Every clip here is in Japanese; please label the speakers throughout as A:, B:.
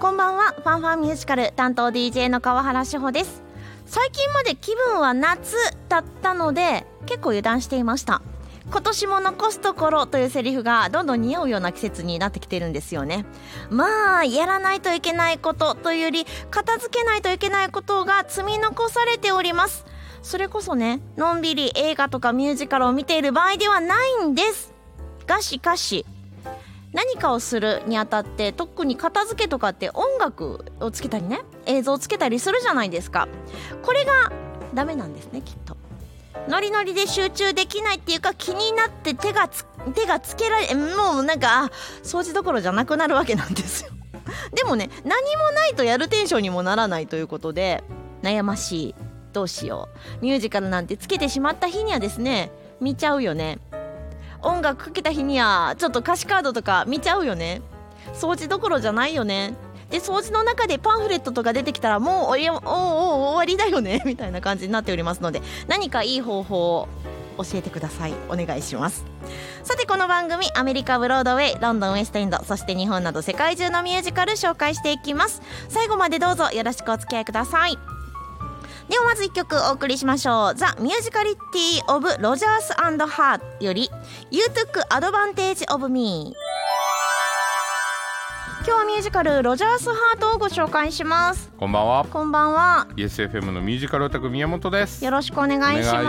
A: こんばんはファンファンミュージカル担当 DJ の川原志保です最近まで気分は夏だったので結構油断していました今年も残すところというセリフがどんどん似合うような季節になってきてるんですよねまあやらないといけないことというより片付けないといけないことが積み残されておりますそれこそねのんびり映画とかミュージカルを見ている場合ではないんですがしかし何かをするにあたって特に片付けとかって音楽をつけたりね映像をつけたりするじゃないですかこれがダメなんですねきっとノリノリで集中できないっていうか気になって手がつ手がつけられもうなんかあ掃除どころじゃなくなるわけなんですよ でもね何もないとやるテンションにもならないということで悩ましいどうしようミュージカルなんてつけてしまった日にはですね見ちゃうよね音楽かけた日にはちょっと歌詞カードとか見ちゃうよね掃除どころじゃないよねで掃除の中でパンフレットとか出てきたらもうおりおお終わりだよね みたいな感じになっておりますので何かいい方法を教えてくださいお願いしますさてこの番組アメリカブロードウェイロンドンウェストエンドそして日本など世界中のミュージカル紹介していきます最後までどうぞよろしくお付き合いくださいではまず1曲お送りしましょう「ザ・ミュージカリティ・オブ・ロジャース・アンド・ハート」より「You Took Advantage of Me」今日はミュージカル「ロジャース・ハート」をご紹介します
B: こんばんは。
A: こんばんは
B: ESFM のミュージカルオタク宮本です。
A: よろしくお願いし
B: お願いし
A: ま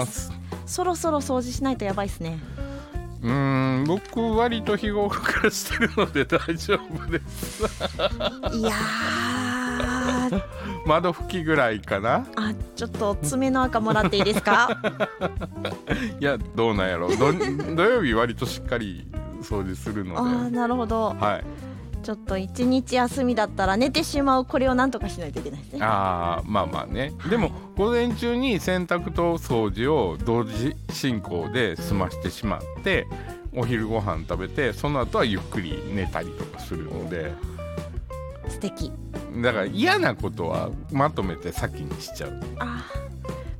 B: ますす
A: そろそろ掃除しないとやばいですね
B: うーん、僕割と日頃からしてるので 大丈夫です。
A: いやー
B: 窓拭きぐらいかな。
A: あちょっと爪の赤もらっていいです か
B: いや、どうなんやろう。ど土曜日割としっかり掃除するの
A: あー
B: で。
A: なるほど
B: はい。
A: ちょっと一日休みだったら寝てしまうこれをなんとかしないといけないですね
B: ああ、まあまあね。でも午前中に洗濯と掃除を同時進行で済ましてしまって。お昼ご飯食べてその後はゆっくり寝たりとかするので
A: 素敵
B: だから嫌なことはまとめて先にしちゃう
A: あ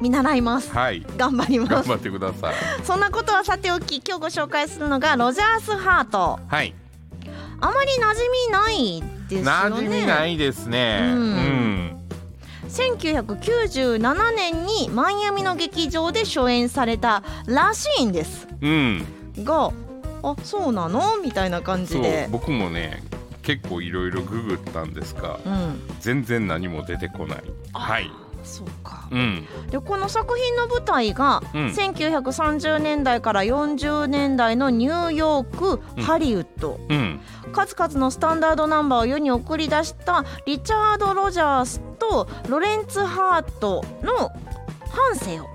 A: 見習います
B: はい
A: 頑張りま
B: 頑
A: す
B: 張ってください。
A: そんなことはさておき今日ご紹介するのがロジャースハート
B: はい。
A: あまり馴染みないですよ
B: 馴染みな
A: ね
B: いですね。
A: う
B: うんん。
A: 1997年にマイアミの劇場で初演されたらしいんです
B: うん。
A: があそうなのみたいな感
B: そ
A: じ
B: う
A: で。
B: 僕もね、結構いろいろググったんですが、
A: うん
B: 全然何も出てこない。
A: あ
B: はい。
A: そうか
B: うん。
A: でこの作品の舞台が、
B: うん
A: 1930年代から40年代のニューヨーク、
B: うん
A: ハリウッド
B: うん。
A: 数々のスタンダードナンバーを世に送り出したリチャード・ロジャースとロレンツ・ハートの半生を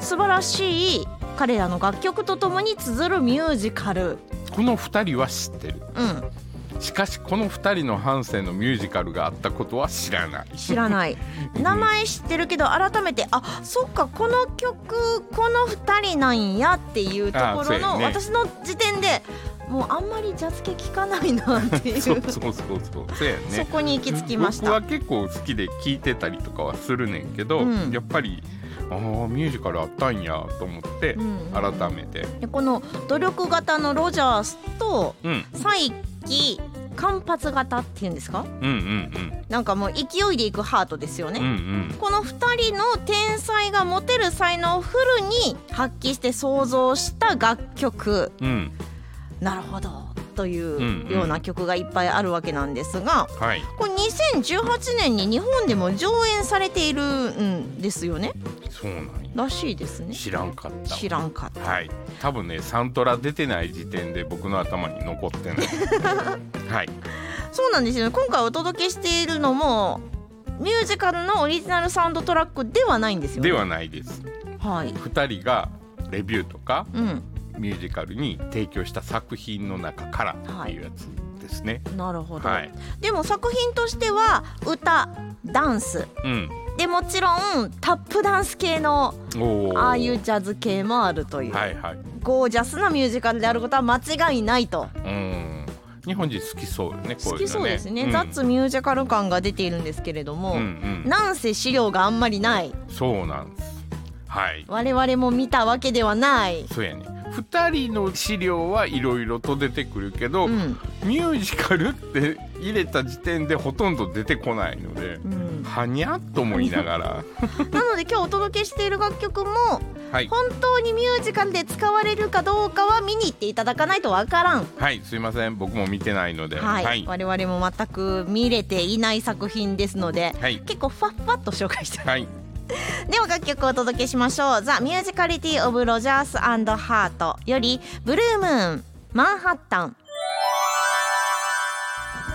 A: 素晴らしい彼らの楽曲とともに綴るミュージカル。
B: この二人は知ってる。
A: うん、
B: しかしこの二人の半生のミュージカルがあったことは知 らない。
A: 知ら ない名前知ってるけど改めてあそっかこの曲この2人なんやっていうとこ
B: あそ
A: ろ
B: う
A: の
B: やね
A: 私の時点でもうあんまりジャズ系聞かないなっていうそ
B: そうそうそうそう。そうやね。
A: そこに行き着きました
B: 僕は結構好きで聞いてたりとかはするねんけど、
A: うん
B: やっぱりああミュージカルあったんやと思って、
A: うん
B: 改めて、
A: でこの努力型のロジャースと
B: うん、うん
A: 再起間髪型っていうんですか
B: うん
A: なんかもう勢いでいくハートですよ
B: うん
A: ね、
B: うんうん
A: この2人の天才が持てる才能をフルに発揮して創造した楽曲
B: うん
A: なるほどとい
B: ん
A: う
B: うん
A: ような曲がいっぱいあるわけなんですが、
B: はい
A: これ2018年に日本でも上演されているんですよね
B: そうなんや
A: らしいですね
B: 知らんかった
A: 知らんかった
B: はい多分ねサントラ出てない時点で僕の頭に残って ないはい
A: そうなんですよね今回お届けしているのもミュージカルのオリジナルサウンドトラックではないんですよね
B: ではないです
A: はい
B: 2人がレビューとか
A: うん
B: ミュージカルに提供した作品の中からっていうやつですね
A: なるほど、
B: はい、
A: でも作品としては歌ダンス
B: うん
A: でもちろんタップダンス系の
B: おー
A: ああいうジャズ系もあるという、
B: はいはい
A: ゴージャスなミュージカルであることは間違いないと
B: うん日本人好きそうよねこ
A: 好
B: うい
A: き
B: う
A: そ
B: のね
A: うですね、
B: ん
A: ザッツミュージカル感が出ているんですけれども、
B: うんうん
A: なんせ資料があんまりない
B: そうなんですはい
A: 我々も見たわけではない
B: そうやね2人の資料はいろいろと出てくるけど、
A: うん
B: ミュージカルって入れた時点でほとんど出てこないので
A: うん、
B: はにゃっと思いな がら
A: なので今日お届けしている楽曲も
B: はい、
A: 本当にミュージカルで使われるかどうかは見に行っていただかないとわからん、
B: はい、すいません僕も見てないので
A: はい
B: はい、
A: 我々も全く見れていない作品ですので
B: はい
A: 結構ふわっふわっと紹介してます
B: はい
A: では楽曲をお届けしましょう「ザ・ミュージカリティ・オブ・ロジャース・アンド・ハート」より「ブルームーン」「マンハッタン」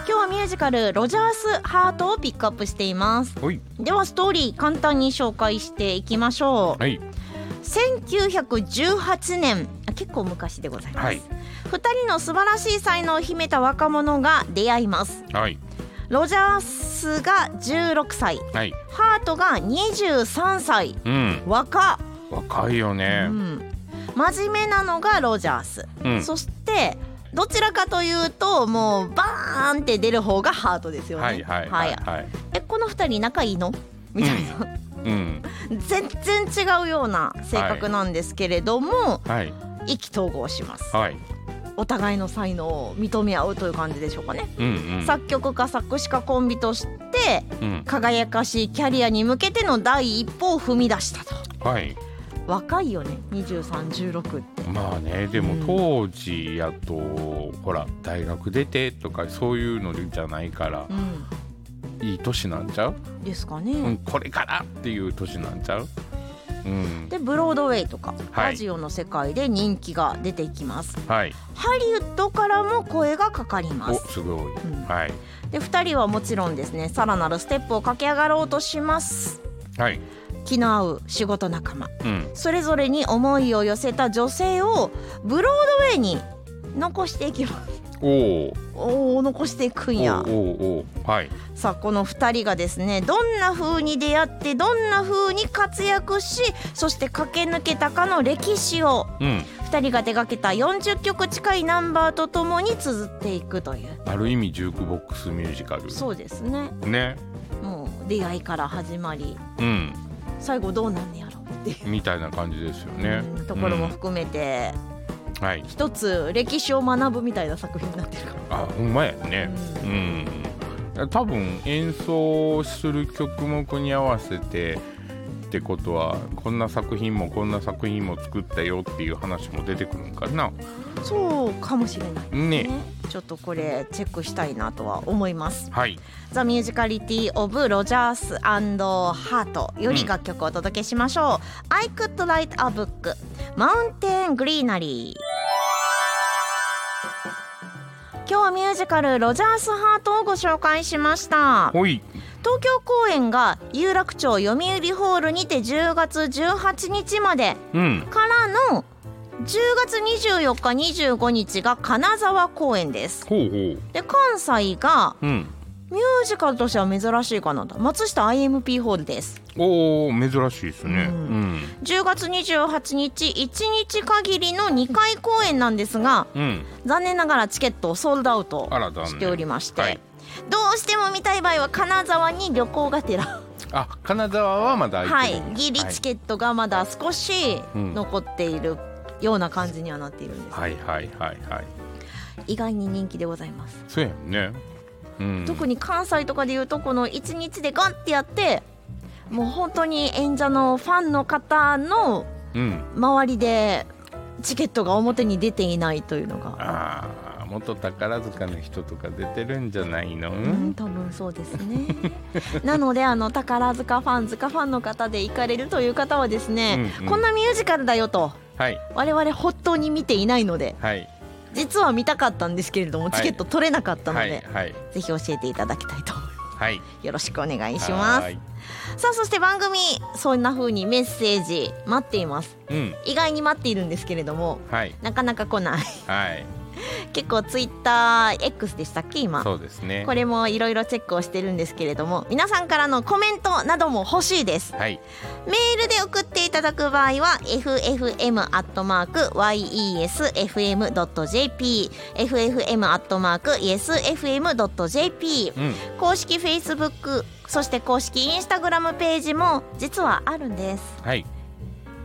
A: 今日はミュージカル「ロジャース・ハート」をピックアップしています
B: ほい
A: ではストーリー簡単に紹介していきましょう
B: はい
A: 1918年あ結構昔でございます、
B: はい
A: 2人の素晴らしい才能を秘めた若者が出会います
B: はい
A: ロジャースが16歳
B: はい
A: ハートが23歳
B: うん
A: 若っ
B: 若いよね
A: う、ん、真面目なのがロジャース、
B: うん
A: そしてどちらかというともうバーンって出る方がハートですよね。
B: はいはいはいはい、
A: えこの2人仲いいのみたいな、
B: うん
A: 全然違うような性格なんですけれども、
B: はい
A: 意気投合します
B: はい
A: お互いの才能を認め合うという感じでしょうかね、
B: うんうん
A: 作曲家作詞家コンビとして
B: うん
A: 輝かしいキャリアに向けての第一歩を踏み出したと
B: はい
A: 若いよね2316って。
B: まあねで
A: うん
B: も当時やと、ほら大学出てとかそういうのじゃないから
A: うん
B: いい年なんちゃう、
A: ですかね、
B: うん、これからっていう年なんちゃううん
A: でブロードウェイとか、
B: はい
A: ラジオの世界で人気が出てきます
B: はい
A: ハリウッドからも声がかかりま
B: お
A: す
B: すごい、
A: ん
B: はい
A: で2人はもちろんですねさらなるステップを駆け上がろうとします
B: はい
A: 気の合う仕事仲間
B: うん
A: それぞれに思いを寄せた女性をブロードウェイに残していきます
B: おお
A: おお残していくん
B: お
A: や
B: おおおはい
A: さあこの2人がですねどんな風に出会ってどんな風に活躍しそして駆け抜けたかの歴史を
B: うん
A: 2人が手掛けた40曲近いナンバーとともに綴っていくという
B: ある意味ジュークボックスミュージカル
A: そうですね
B: ね
A: もう出会いから始まり
B: うん
A: 最後どうなんねやろうってい
B: みたいな感じですよ
A: う、
B: ね
A: うんところも含めて、
B: うんはい
A: 一つ歴史を学ぶみたいな作品になってるか
B: あほんまやね
A: ら、
B: うん、多分演奏する曲目に合わせてってことはこんな作品もこんな作品も作ったよっていう話も出てくるんかな
A: そうかもしれない
B: ね
A: ちょっとこれチェックしたいなとは思います
B: はい
A: 「ザ・ミュージカリティ・オブ・ロジャース・アンド・ハート」より楽曲をお届けしましょう「I could write a book」「マウンテン・グリーナリー」今日はミュージカル「ロジャース・ハート」をご紹介しました
B: ほい
A: 東京公演が有楽町読売ホールにて10月18日まで
B: うん
A: からの10月24日25日が金沢公演です
B: ほうほう
A: で関西が
B: うん
A: ミュージカルとしては珍しいかなと松下 IMP ホールです
B: おお珍しいですね
A: う
B: うんん、
A: 10月28日1日限りの2回公演なんですが
B: うん
A: 残念ながらチケットをソールドアウト
B: あら残念
A: しておりまして、
B: はい
A: どうしても見たい場合は金沢に旅行がてら、
B: あ金沢はまだ
A: は
B: 空いて
A: い
B: る、
A: ギリチケットがまだ少し残っているような感じにはなっているんです、
B: はいはいはいはい
A: 意外に人気でございます
B: そうやんねうん
A: 特に関西とかでいうとこの1日でガンってやってもう本当に演者のファンの方の
B: うん
A: 周りでチケットが表に出ていないというのが、
B: ああ元宝塚の人とか出てるんじゃないの、
A: うん、多分そうですね なのであの宝塚ファン塚ファンの方で行かれるという方はですね、
B: うんうん
A: こんなミュージカルだよと
B: はい
A: 我々本当に見ていないので
B: はい
A: 実は見たかったんですけれども
B: はい
A: チケット取れなかったので、
B: はいはい
A: ぜひ教えていただきたいと思いま
B: はい
A: すよろしくお願いします
B: はい
A: さあそして番組そんな風にメッセージ待っています
B: うん
A: 意外に待っているんですけれども
B: はい
A: なかなか来ない
B: はい
A: 結構ツイッター X でしたっけ今
B: そうですね
A: これもいろいろチェックをしてるんですけれども皆さんからのコメントなども欲しいです
B: はい
A: メールで送っていただく場合は ffm.yesfm.jp ffm.yesfm.jp
B: うん
A: 公式 Facebook そして公式 Instagram ページも実はあるんです
B: はい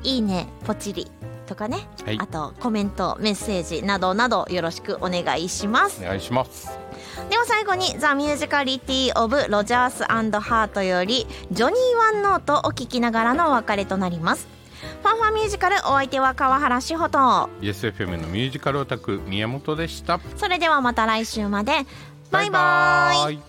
A: いいねポチリとかね、
B: はい
A: あとコメントメッセージなどなどよろしくお願いします
B: お願いします
A: では最後に「ザ・ミュージカリティ・オブ・ロジャース・ハート」より「ジョニー・ワン・ノート」を聞きながらのお別れとなりますファンファンミュージカルお相手は川原志穂と
B: YesFM のミュージカルオタク宮本でした
A: それではまた来週までバイバイ
B: イ